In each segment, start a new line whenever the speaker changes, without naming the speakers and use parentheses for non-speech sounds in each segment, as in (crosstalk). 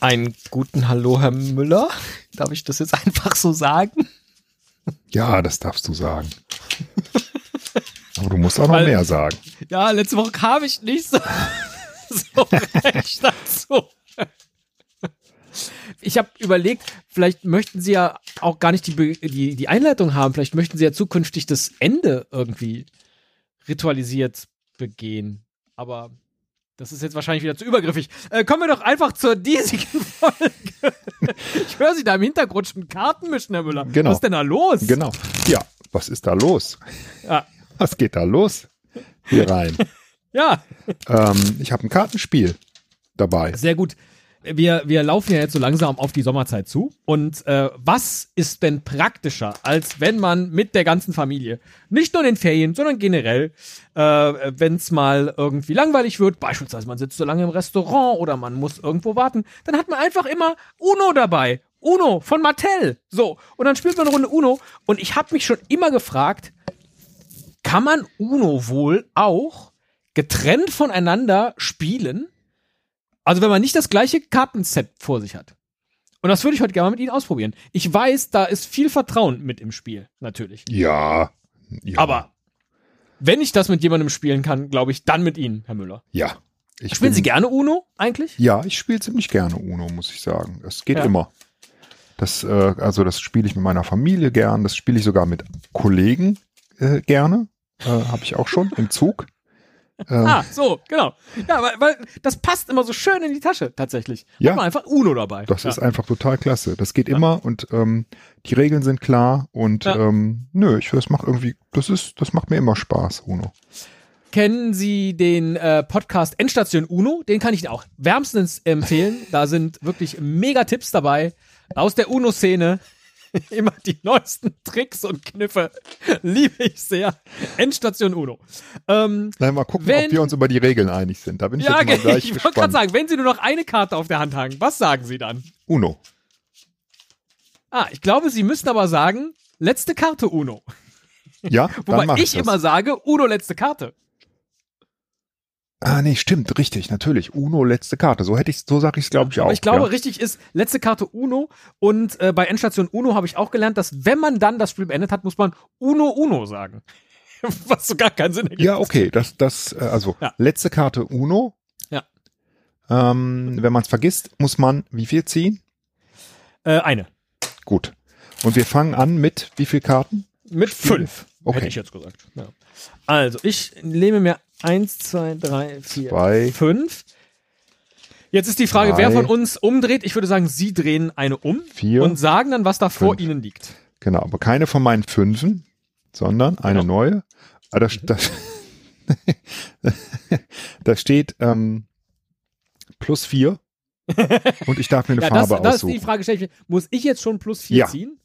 Einen guten Hallo, Herr Müller. Darf ich das jetzt einfach so sagen?
Ja, das darfst du sagen. Aber du musst auch noch
Weil-
mehr sagen.
Ja, letzte Woche kam ich nicht so, (laughs) so recht dazu. Ich habe überlegt, vielleicht möchten Sie ja auch gar nicht die, Be- die, die Einleitung haben. Vielleicht möchten Sie ja zukünftig das Ende irgendwie ritualisiert begehen. Aber das ist jetzt wahrscheinlich wieder zu übergriffig. Äh, kommen wir doch einfach zur diesigen (laughs) Folge. Ich höre Sie da im Hintergrund schon Karten mischen, Herr Müller.
Genau.
Was ist denn da los?
Genau. Ja, was ist da los?
Ja.
Was geht da los?
(laughs)
Hier rein.
Ja.
ähm, ich habe ein Kartenspiel dabei.
Sehr gut. Wir, wir laufen ja jetzt so langsam auf die Sommerzeit zu. Und äh, was ist denn praktischer, als wenn man mit der ganzen Familie, nicht nur in den Ferien, sondern generell, äh, wenn es mal irgendwie langweilig wird, beispielsweise man sitzt so lange im Restaurant oder man muss irgendwo warten, dann hat man einfach immer Uno dabei. Uno von Mattel. So. Und dann spielt man eine Runde Uno. Und ich habe mich schon immer gefragt, kann man Uno wohl auch getrennt voneinander spielen? Also wenn man nicht das gleiche Kartenset vor sich hat. Und das würde ich heute gerne mal mit Ihnen ausprobieren. Ich weiß, da ist viel Vertrauen mit im Spiel, natürlich.
Ja. ja
Aber wenn ich das mit jemandem spielen kann, glaube ich, dann mit Ihnen, Herr Müller.
Ja. Ich
Spielen
bin-
Sie gerne Uno eigentlich?
Ja, ich spiele ziemlich gerne Uno, muss ich sagen. Es geht
Ja.
immer. Das, äh, also das spiele ich mit meiner Familie gern, das spiele ich sogar mit Kollegen äh, gerne. Äh, Habe ich auch schon im Zug. Ähm,
Ah, so, genau. Ja, weil, weil das passt immer so schön in die Tasche, tatsächlich.
Ja.
Hat man einfach Uno dabei.
Das
ja.
ist einfach total klasse. Das geht immer und ähm, die Regeln sind klar und
Ja.
ähm, nö, ich das macht irgendwie, das ist, das macht mir immer Spaß, Uno.
Kennen Sie den äh, Podcast Endstation Uno? Den kann ich Ihnen auch wärmstens empfehlen. Da sind wirklich mega Tipps dabei aus der Uno-Szene. (laughs) Immer die neuesten Tricks und Kniffe. Liebe ich sehr. Endstation Uno. Ähm,
Nein, mal gucken,
Wenn-
ob wir uns über die Regeln einig sind. Da bin ich
ja,
jetzt mal
(laughs)
gleich
ich wollte gerade
gespannt.
sagen, wenn Sie nur noch eine Karte auf der Hand haben, was sagen Sie dann?
Uno.
Ah, ich glaube, Sie müssen aber sagen, letzte Karte Uno.
Ja, dann
(laughs) Wobei
mach
ich,
ich, das.
immer sage, Uno letzte Karte.
Ah, nee, stimmt, richtig, natürlich. Uno, letzte Karte. So hätte ich, so sage ich es, glaube ich, auch.
Aber ich glaube,
ja.
richtig ist letzte Karte Uno. Und äh, bei Endstation Uno habe ich auch gelernt, dass wenn man dann das Spiel beendet hat, muss man Uno Uno sagen. (laughs) Was so gar keinen Sinn ergibt.
Ja, okay, das, das, äh, also
Ja.
letzte Karte Uno.
Ja.
Ähm, wenn man es vergisst, muss man wie viel ziehen?
Äh, eine.
Gut. Und wir fangen an mit wie viel Karten?
Mit fünf.
Okay.
Hätte ich jetzt gesagt. Ja. Also, ich nehme mir eins, zwei, drei, vier,
Zwei.
fünf. Jetzt ist die Frage, wer
Drei.
von uns umdreht. Ich würde sagen, Sie drehen eine um
Vier.
und sagen dann, was da vor
Fünf.
Ihnen liegt.
Genau, aber keine von meinen Fünfen, sondern eine
Genau.
neue. Ah, das, das, (laughs) da steht ähm,
(laughs)
plus vier und ich darf mir eine
Ja, das,
Farbe
das ist die
aussuchen.
Frage. stell ich mir, Muss ich jetzt schon plus vier
Ja.
ziehen?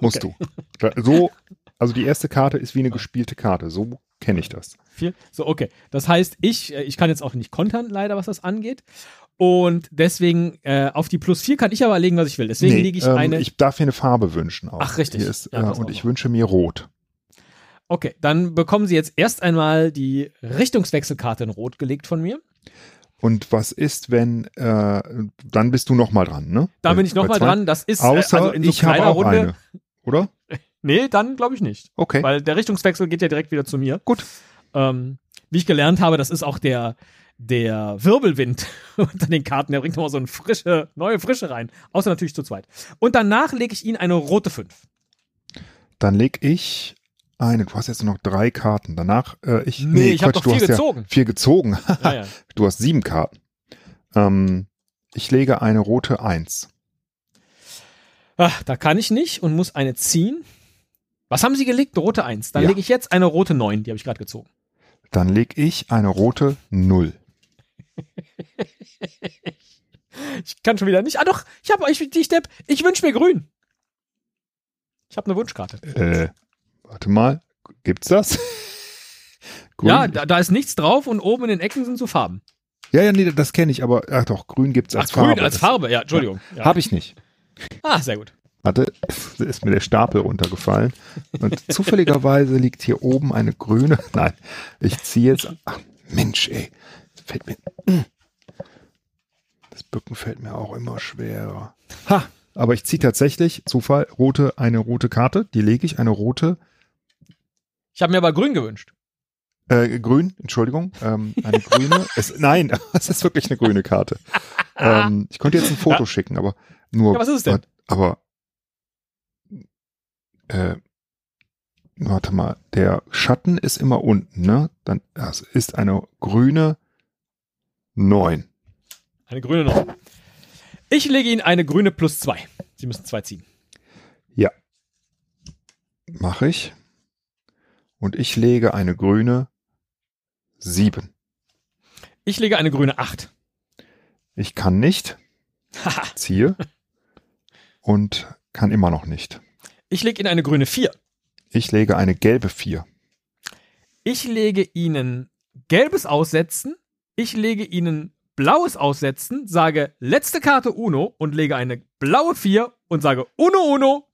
Musst du. Da- So, also die erste Karte ist wie eine gespielte Karte. So kenne ich das.
Vier. So, okay. Das heißt, ich, äh, ich kann jetzt auch nicht kontern, leider, was das angeht. Und deswegen äh, auf die plus vier kann ich aber legen, was ich will. Deswegen
Nee,
lege ich
ähm,
eine.
Ich darf hier eine Farbe wünschen. Auch.
Ach, richtig.
Hier ist,
Ja,
äh,
pass
und
auf.
ich wünsche mir rot.
okay, dann bekommen Sie jetzt erst einmal die Richtungswechselkarte in Rot gelegt von mir.
Und was ist, wenn, äh, dann bist du nochmal dran, ne?
Da
Bei-
bin ich
bei
nochmal
zwei-
dran. Das ist äh,
Außer
also in so
ich habe
kleiner
auch
Runde.
eine. Oder?
Nee, dann glaube ich nicht.
Okay.
Weil der Richtungswechsel geht ja direkt wieder zu mir.
Gut.
Ähm, wie ich gelernt habe, das ist auch der, der Wirbelwind (laughs) unter den Karten. Der bringt immer so eine frische, neue Frische rein. Außer natürlich zu zweit. Und danach lege ich Ihnen eine rote fünf.
Dann leg ich eine. Du hast jetzt nur noch drei Karten. Danach, äh, ich.
Nee, ich hab
Quatsch,
doch
du
vier
hast
gezogen.
(laughs) Ja vier gezogen.
Ja, ja.
Du hast sieben Karten. Ähm, ich lege eine rote Eins.
Ach, Ah, da kann ich nicht und muss eine ziehen. Was haben Sie gelegt? Eine rote 1. Dann
Ja.
lege ich jetzt eine rote 9, die habe ich gerade gezogen.
Dann leg ich eine rote Null.
Ich kann schon wieder nicht. Ah doch, ich habe euch die Depp. Ich wünsche mir grün. Ich habe eine Wunschkarte.
Äh, warte mal. Gibt's das? (laughs) Grün?
Ja, da, da ist nichts drauf und oben in den Ecken sind so Farben.
ja, ja, nee, das kenne ich, aber ach doch, grün gibt's als
Ach,
Farbe.
grün als
Das-
Farbe. Ja, Entschuldigung. Ja.
Hab ich nicht.
Ah, sehr gut.
Warte, (laughs) da ist mir der Stapel runtergefallen. Und zufälligerweise liegt hier oben eine grüne. (laughs) Nein, ich ziehe jetzt. Ach, Mensch, ey. Fällt mir. hm. Das Bücken fällt mir auch immer schwerer. Ha! Aber ich ziehe tatsächlich, Zufall, rote, eine rote Karte. Die lege ich, eine rote,
Ich habe mir aber grün gewünscht.
äh, grün, Entschuldigung, ähm, eine grüne. Es, nein, (laughs) es ist wirklich eine grüne Karte. Ähm, ich könnte jetzt ein Foto schicken, aber nur.
Ja, was ist es denn?
Aber. Äh, warte mal, der Schatten ist immer unten, ne? Dann, das ist eine grüne 9.
Eine grüne noch. Ich lege Ihnen eine grüne plus zwei. Sie müssen zwei ziehen.
Mache ich. Und ich lege eine grüne 7.
Ich lege eine grüne acht.
Ich kann nicht,
Haha. (laughs)
ziehe. und kann immer noch nicht.
Ich lege Ihnen eine grüne vier.
Ich lege eine gelbe 4.
Ich lege Ihnen gelbes Aussetzen. Ich lege Ihnen blaues Aussetzen, sage letzte Karte Uno und lege eine blaue vier und sage Uno Uno.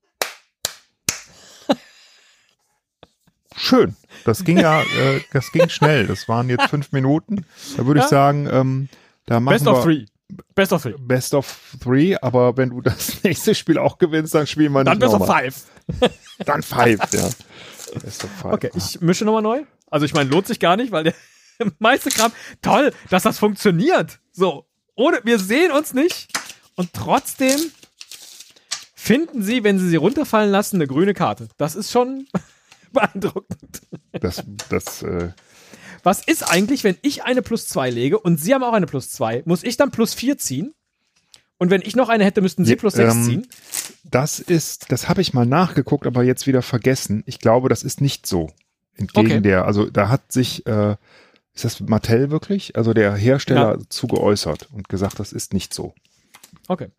Schön. Das ging
(laughs)
ja, äh, das ging schnell. Das waren jetzt fünf Minuten. Da würde ich
Ja.
sagen, ähm, da machen
Best
wir
of three. Best of three.
Best of Three. Aber wenn du das (laughs) nächste Spiel auch gewinnst, dann spielen wir
Dann
nicht
best of
nochmal.
five.
Dann Five,
(laughs)
ja. Best of Five.
Okay, ich mische nochmal neu. Also ich meine, lohnt sich gar nicht, weil der (laughs) meiste Kram. Toll, dass das funktioniert. So, ohne, wir sehen uns nicht. Und trotzdem finden sie, wenn sie sie runterfallen lassen, eine grüne Karte. Das ist schon (laughs) beeindruckend.
Das, das, äh,
Was ist eigentlich, wenn ich eine plus zwei lege und sie haben auch eine plus zwei? Muss ich dann plus vier ziehen? Und wenn ich noch eine hätte, müssten sie
Ja,
plus sechs
ähm,
ziehen?
das ist, das habe ich mal nachgeguckt, aber jetzt wieder vergessen. Ich glaube, das ist nicht so. Entgegen
Okay.
der, also da hat sich, äh, ist das Mattel wirklich? Also der Hersteller zu geäußert und gesagt, das ist nicht so.
Okay.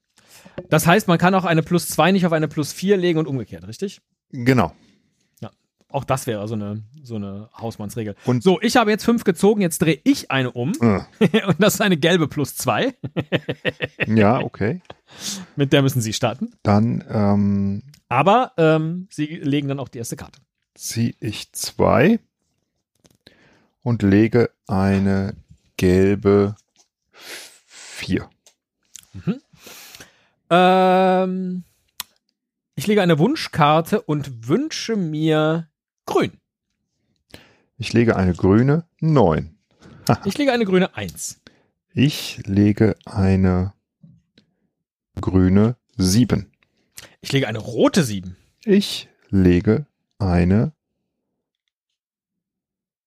Das heißt, man kann auch eine plus zwei nicht auf eine plus vier legen und umgekehrt, richtig?
Genau.
Auch das wäre so eine, so eine Hausmannsregel.
Und-
so, ich habe jetzt fünf gezogen, jetzt drehe ich eine um.
Äh.
(laughs) Und das ist eine gelbe plus zwei.
Ja, okay.
Mit der müssen sie starten.
Dann ähm,
Aber ähm, sie legen dann auch die erste Karte.
ziehe ich zwei und lege eine gelbe vier.
Ähm, ich lege eine Wunschkarte und wünsche mir grün.
Ich lege eine grüne neun.
Ich lege eine grüne eins.
Ich lege eine grüne sieben.
Ich lege eine rote sieben.
Ich lege eine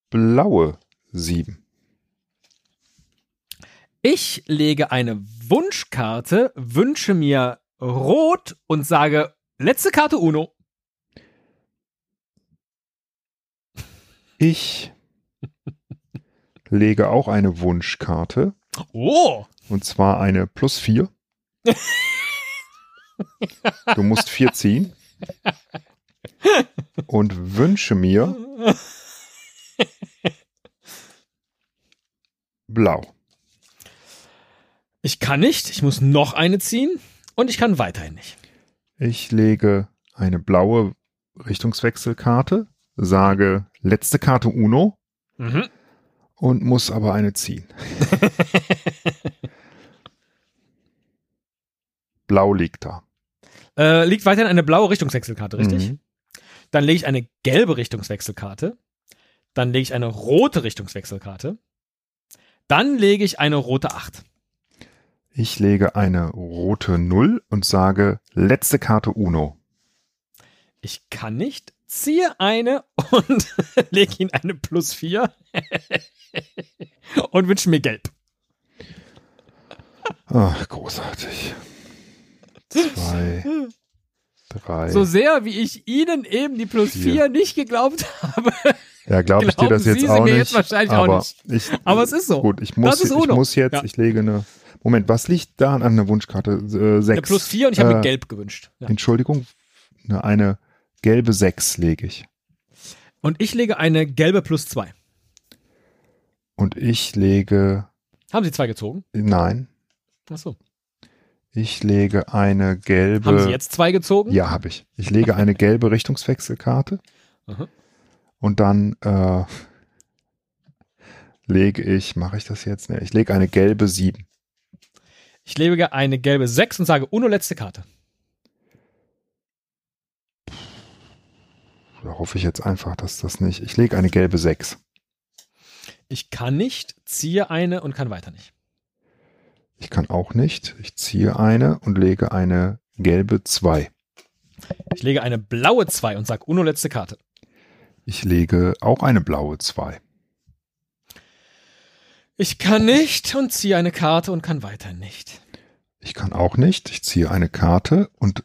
blaue sieben.
Ich lege eine Wunschkarte, wünsche mir rot und sage letzte Karte Uno.
Ich lege auch eine Wunschkarte.
Oh,
Und zwar eine plus 4. Du musst 4 ziehen. Und wünsche mir blau.
Ich kann nicht, ich muss noch eine ziehen und ich kann weiterhin nicht.
Ich lege eine blaue Richtungswechselkarte, sage letzte Karte Uno Mhm. und muss aber eine ziehen. Blau liegt da.
Äh, liegt weiterhin eine blaue Richtungswechselkarte, richtig?
Mhm.
Dann lege ich eine gelbe Richtungswechselkarte. Dann lege ich eine rote Richtungswechselkarte. Dann lege ich eine rote 8.
Ich lege eine rote Null und sage letzte Karte Uno.
Ich kann nicht, ziehe eine und (laughs) lege ihn eine plus 4 (laughs) und wünsche mir gelb.
Ach, großartig. Zwei, drei.
So sehr, wie ich Ihnen eben die plus
Vier.
4 nicht geglaubt habe.
ja, glaube ich dir
glauben
das jetzt
Sie sie
auch
mir
nicht.
jetzt wahrscheinlich auch
aber
nicht.
Ich,
Aber es ist so.
Gut, ich muss,
ist
ich
Uno.
muss jetzt,
Ja.
ich lege eine. Moment, was liegt da an einer Wunschkarte? Äh, sechs.
Eine plus 4 und ich habe
Äh,
mir gelb gewünscht. Ja.
Entschuldigung, eine, eine gelbe Sechs lege ich.
Und ich lege eine gelbe plus 2.
Und ich lege.
Haben Sie zwei gezogen?
Nein,
Achso.
ich lege eine gelbe.
Haben Sie jetzt zwei gezogen?
Äh, Ja, habe ich. Ich lege eine gelbe Richtungswechselkarte.
Aha.
Und dann äh, lege ich, mache ich das jetzt? Ne, ich lege eine gelbe 7.
Ich lege eine gelbe 6 und sage Uno letzte Karte.
Da hoffe ich jetzt einfach, dass das nicht. Ich lege eine gelbe 6.
Ich kann nicht, ziehe eine und kann weiter nicht.
Ich kann auch nicht. Ich ziehe eine und lege eine gelbe 2.
Ich lege eine blaue 2 und sage Uno letzte Karte.
Ich lege auch eine blaue 2.
Ich kann nicht und ziehe eine Karte und kann weiter nicht. (laughs)
Ich kann auch nicht. Ich ziehe eine Karte und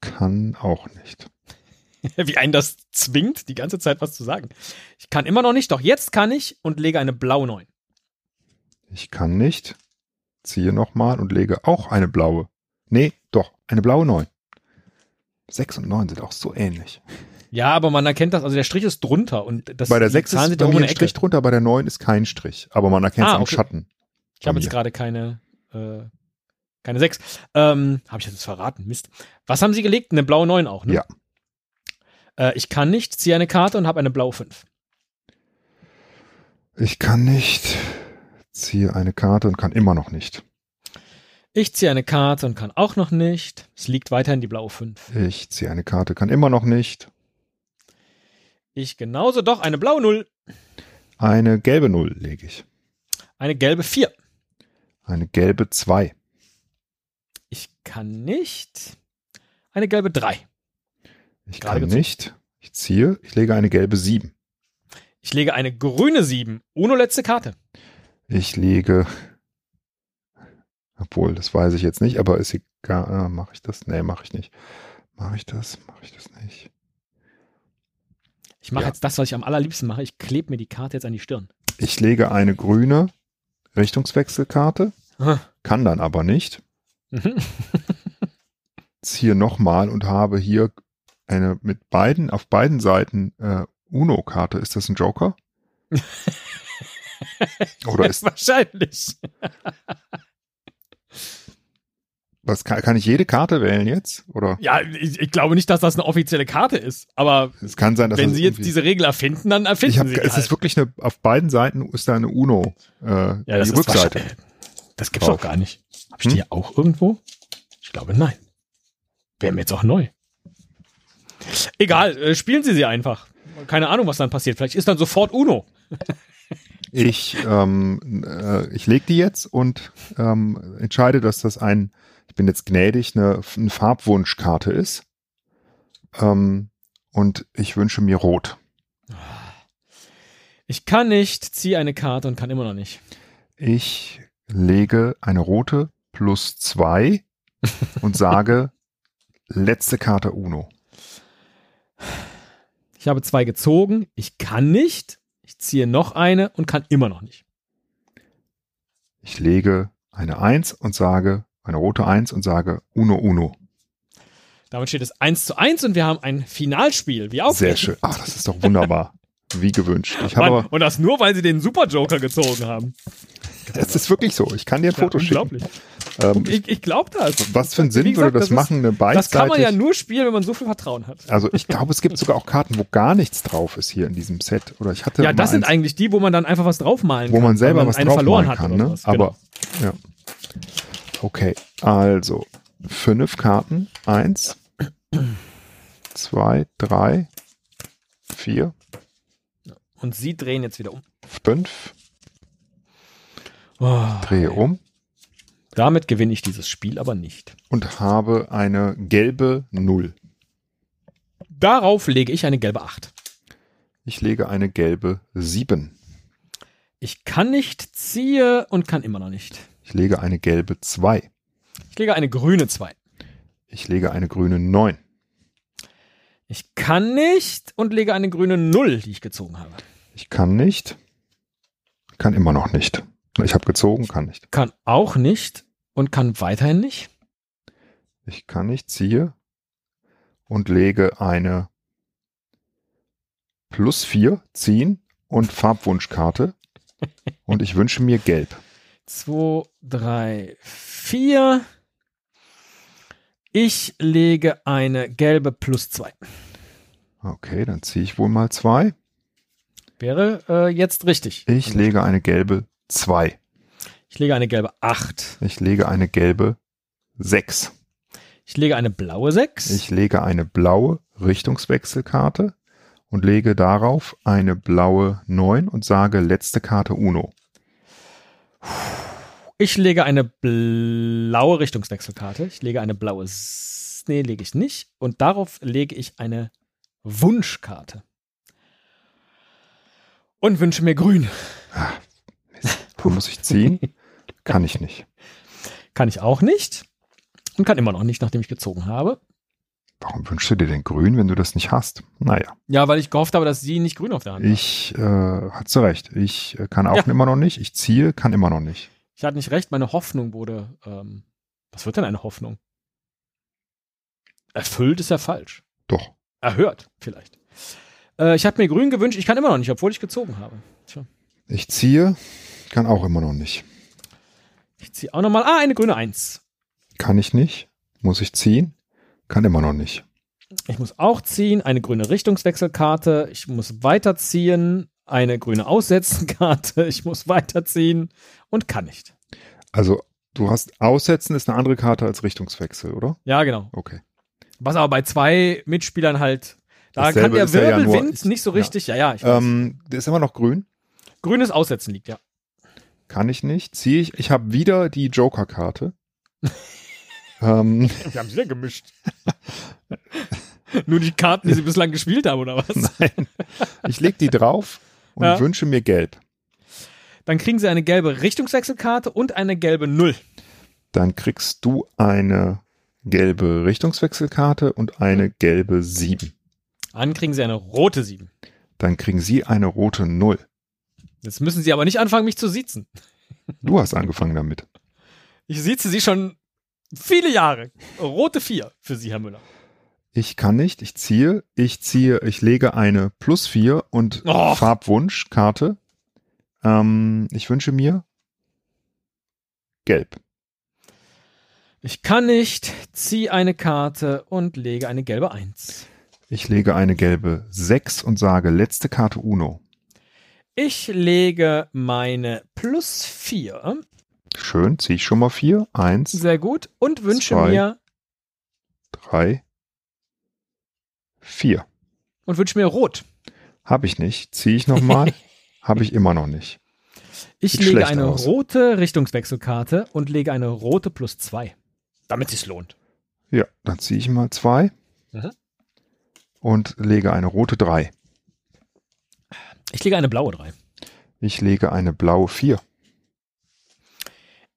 kann auch nicht.
Wie einen das zwingt, die ganze Zeit was zu sagen. Ich kann immer noch nicht, doch jetzt kann ich und lege eine blaue 9.
Ich kann nicht. Ziehe nochmal und lege auch eine blaue. Nee, doch, eine blaue 9. 6 und 9 sind auch so ähnlich.
Ja, aber man erkennt das, also der Strich ist drunter und das
bei der
die
6
Zahlen
ist
sind
bei
ja
mir
ohne
ein Strich
Ecke.
drunter, bei der 9 ist kein Strich. Aber man erkennt es
Ah,
am
okay.
Schatten.
Ich habe
bei
jetzt
mir.
gerade keine, äh, keine 6. Ähm, habe ich jetzt verraten, Mist. Was haben Sie gelegt? Eine blaue 9 auch, ne?
Ja.
Äh, ich kann nicht, ziehe eine Karte und habe eine blaue 5.
Ich kann nicht. Ziehe eine Karte und kann immer noch nicht.
Ich ziehe eine Karte und kann auch noch nicht. Es liegt weiterhin die blaue 5.
Ich ziehe eine Karte, kann immer noch nicht.
Ich genauso doch eine blaue 0,
Eine gelbe 0 lege ich.
eine gelbe 4.
Eine gelbe 2.
Ich kann nicht. Eine gelbe 3.
Ich
Gerade
kann
gezogen.
nicht. Ich ziehe, ich lege eine gelbe 7.
Ich lege eine grüne 7. Ohne letzte Karte.
Ich lege. Obwohl, das weiß ich jetzt nicht, aber ist egal. Ah, Mache ich das? Nee, mache ich nicht. Mache ich das? Mache ich das nicht?
Ich mache
Ja.
jetzt das, was ich am allerliebsten mache. Ich klebe mir die Karte jetzt an die Stirn.
Ich lege eine grüne Richtungswechselkarte, kann dann aber nicht.
Mhm. (laughs)
Ziehe nochmal und habe hier eine mit beiden, auf beiden Seiten äh, Uno-Karte. Ist das ein
(laughs)
Joker? Oder ist,
Wahrscheinlich.
was kann, kann ich jede Karte wählen jetzt? Oder
Ja, ich, ich glaube nicht, dass das eine offizielle Karte ist. Aber
es kann sein, dass
wenn
das
Sie jetzt
irgendwie-
diese Regel erfinden, dann erfinden
Ich hab,
Sie die
es
halt.
ist wirklich eine, auf beiden Seiten ist da eine Uno, äh,
ja, das
die
ist
Rückseite.
wahrscheinlich- Das gibt's doch
drauf.
gar nicht. Hab ich
Hm?
die auch irgendwo? Ich glaube, nein. Wäre mir jetzt auch neu. Egal, äh, spielen Sie sie einfach. Keine Ahnung, was dann passiert. Vielleicht ist dann sofort Uno.
Ich, ähm, äh, ich lege die jetzt und ähm, entscheide, dass das ein, ich bin jetzt gnädig, eine, eine Farbwunschkarte ist. Ähm, und ich wünsche mir Rot.
Ich kann nicht, ziehe eine Karte und kann immer noch nicht.
Ich lege eine rote plus
(laughs)
zwei und sage letzte Karte Uno.
Ich habe zwei gezogen, ich kann nicht, ich ziehe noch eine und kann immer noch nicht.
Ich lege eine Eins und sage eine rote Eins und sage Uno Uno.
Damit steht es 1 zu 1 und wir haben ein Finalspiel. Wie auch
Sehr schön. Ach, das ist doch wunderbar. Wie gewünscht. Ich habe
Mann,
aber,
und das nur, weil sie den Super Joker gezogen haben.
es ist wirklich so. Ich kann dir ein (laughs) Foto
ja,
schicken.
unglaublich.
Ähm,
Ich, ich glaube das.
was für einen Sinn
Wie gesagt,
würde das,
das ist-
machen, eine
Das
beidseitig?
kann man ja nur spielen, wenn man so viel Vertrauen hat.
also ich glaube, es gibt sogar auch Karten, wo gar nichts drauf ist hier in diesem Set. Oder ich hatte
Ja,
mal
das sind
eins,
eigentlich die, wo man dann einfach was draufmalen
wo
kann.
man selber
wenn
was
eine verloren
draufmalen
hat.
kann.
oder
Ne?
was.
Aber
genau.
ja. Okay, also fünf Karten. Eins, zwei, drei, vier,
Und sie drehen jetzt wieder um.
fünf.
Oh,
Drehe um
damit gewinne ich dieses Spiel aber nicht.
und habe eine gelbe Null.
Darauf lege ich eine gelbe 8.
Ich lege eine gelbe 7.
Ich kann nicht, ziehe und kann immer noch nicht.
Ich lege eine gelbe 2.
Ich lege eine grüne 2.
Ich lege eine grüne 9.
Ich kann nicht und lege eine grüne 0, die ich gezogen habe.
Ich kann nicht. Kann immer noch nicht. Ich habe gezogen, kann nicht.
Kann auch nicht und kann weiterhin nicht.
Ich kann nicht, ziehe und lege eine plus 4, ziehen und Farbwunschkarte. Und ich wünsche mir gelb.
2, 3, 4. Ich lege eine gelbe plus 2.
Okay, dann ziehe ich wohl mal 2.
Wäre äh, jetzt richtig.
Ich lege eine gelbe 2.
Ich lege eine gelbe 8.
Ich lege eine gelbe 6.
Ich lege eine blaue 6.
Ich lege eine blaue Richtungswechselkarte und lege darauf eine blaue 9 und sage letzte Karte Uno.
Ich lege eine blaue Richtungswechselkarte. Ich lege eine blaue. S nee, lege ich nicht. Und darauf lege ich eine Wunschkarte. Und wünsche mir grün.
Ah, Mist. Muss ich ziehen? Kann ich nicht.
Kann ich auch nicht. Und kann immer noch nicht, nachdem ich gezogen habe.
Warum wünschst du dir denn grün, wenn du das nicht hast? Naja,
Ja, weil ich gehofft habe, dass sie nicht grün auf der Hand hat.
ich äh, hat zu recht. Ich äh, kann auch
Ja.
immer noch nicht. Ich ziehe, kann immer noch nicht.
Ich hatte nicht recht, meine Hoffnung wurde. Ähm, was wird denn eine Hoffnung? Erfüllt ist ja falsch.
Doch.
Erhört vielleicht. Äh, ich habe mir grün gewünscht, ich kann immer noch nicht, obwohl ich gezogen habe.
Ich ziehe, kann auch immer noch nicht.
Ich ziehe auch nochmal. Ah, eine grüne 1.
Kann ich nicht. Muss ich ziehen? Kann immer noch nicht.
Ich muss auch ziehen, eine grüne Richtungswechselkarte. Ich muss weiterziehen, eine grüne Aussetzenkarte. (laughs) Ich muss weiterziehen und kann nicht.
Also, du hast Aussetzen ist eine andere Karte als Richtungswechsel, oder?
Ja, genau.
Okay.
Was aber bei zwei Mitspielern halt. Da
Dasselbe
kann der
ist ja ja nur-
Wirbelwind
ich-
nicht so
ja.
richtig. Ja, ja. ich weiß.
Ähm, der ist immer noch grün.
Grünes Aussetzen liegt, ja.
Kann ich nicht. Ziehe ich. Ich habe wieder
(laughs)
die Joker-Karte. ähm,
Wir haben sie ja gemischt. (laughs) Nur die Karten, die sie bislang gespielt haben, oder was?
nein. Ich lege die drauf und
Ja.
wünsche mir gelb.
Dann kriegen sie eine gelbe Richtungswechselkarte und eine gelbe Null.
Dann kriegst du eine gelbe Richtungswechselkarte und eine gelbe 7.
Dann kriegen sie eine rote Sieben.
Dann kriegen sie eine rote 0.
Jetzt müssen sie aber nicht anfangen, mich zu siezen.
Du hast angefangen damit.
Ich sieze sie schon viele Jahre. Rote Vier für Sie, Herr Müller.
Ich kann nicht, ich ziehe, ich ziehe, ich lege eine plus 4 und
Och.
Farbwunschkarte. Ähm, ich wünsche mir gelb.
Ich kann nicht, ziehe eine Karte und lege eine gelbe Eins.
Ich lege eine gelbe 6 und sage letzte Karte Uno.
Ich lege meine plus vier,
Schön, ziehe ich schon mal 4. 1,
sehr gut, und wünsche
Zwei.
mir
3, 4.
und wünsche mir rot.
Habe ich nicht, ziehe
(laughs)
ich nochmal. Habe ich immer noch nicht.
Ich
Sieht
lege
schlecht
eine
aus.
rote Richtungswechselkarte und lege eine rote plus zwei. Damit es lohnt.
Ja, dann ziehe ich mal 2
Mhm.
und lege eine rote 3.
Ich lege eine blaue drei.
Ich lege eine blaue 4.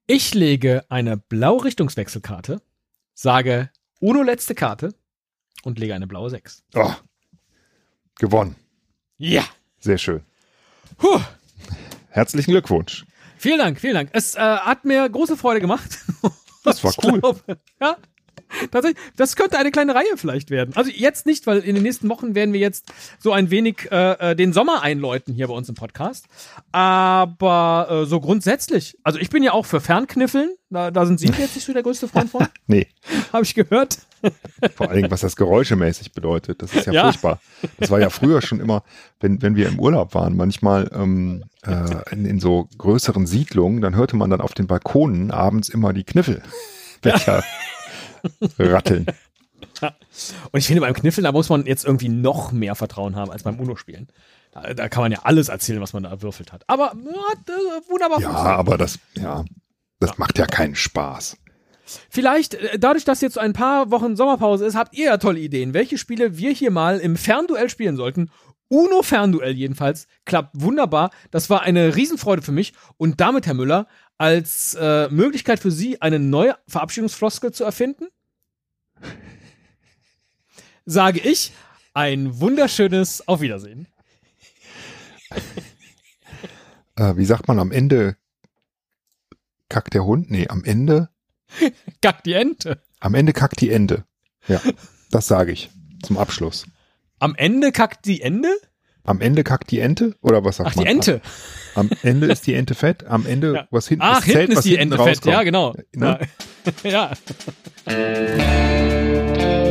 Ich lege eine blaue Richtungswechselkarte, sage Uno letzte Karte und lege eine blaue sechs.
Oh, gewonnen.
Ja.
Sehr schön.
Puh.
Herzlichen Glückwunsch.
Vielen Dank, vielen Dank. Es äh, hat mir große Freude gemacht.
(laughs) Das war
Ich
cool.
glaube, ja. Tatsächlich, das könnte eine kleine Reihe vielleicht werden. Also jetzt nicht, weil in den nächsten Wochen werden wir jetzt so ein wenig äh, äh, den Sommer einläuten hier bei uns im Podcast. Aber äh, so grundsätzlich, also ich bin ja auch für Fernkniffeln. Da, da sind Sie jetzt nicht so der größte Freund
(laughs)
von,
Nee,
habe ich gehört.
vor allen Dingen, was das geräuschemäßig bedeutet. Das ist
(laughs)
ja,
Ja.
furchtbar. Das war ja früher schon immer, wenn, wenn wir im Urlaub waren, manchmal ähm, äh, in, in so größeren Siedlungen, dann hörte man dann auf den Balkonen abends immer
(laughs)
die Kniffelbecher ratteln.
Und ich finde, beim Kniffeln, da muss man jetzt irgendwie noch mehr Vertrauen haben als beim Uno-Spielen. Da, da kann man ja alles erzählen, was man da erwürfelt hat. Aber ja, hat, äh, wunderbar
Ja,
funktioniert.
aber das, ja, das macht ja keinen Spaß.
Vielleicht, äh, dadurch, dass jetzt so ein paar Wochen Sommerpause ist, habt ihr ja tolle Ideen, welche Spiele wir hier mal im Fernduell spielen sollten. Uno Fernduell jedenfalls. Klappt wunderbar. Das war eine Riesenfreude für mich. Und damit, Herr Müller, als äh, Möglichkeit für Sie, eine neue Verabschiedungsfloskel zu erfinden, (laughs) sage ich ein wunderschönes Auf Wiedersehen.
Äh, wie sagt man am Ende? Kackt der Hund? Nee, am Ende,
Gack die Ente.
am Ende kackt die Ente. Ja, das sage ich zum Abschluss.
Am Ende kackt die Ende?
Am Ende kackt die Ente oder was sagt
Ach,
man?
die Ente.
Am Ende ist die Ente fett, am Ende
Ja.
was hinten Ne?
Ach,
das Zelt,
hinten
was
genau. ist die Ente fett. (laughs)
rauskommt.
Ja, genau.
Ne?
Ja. ja.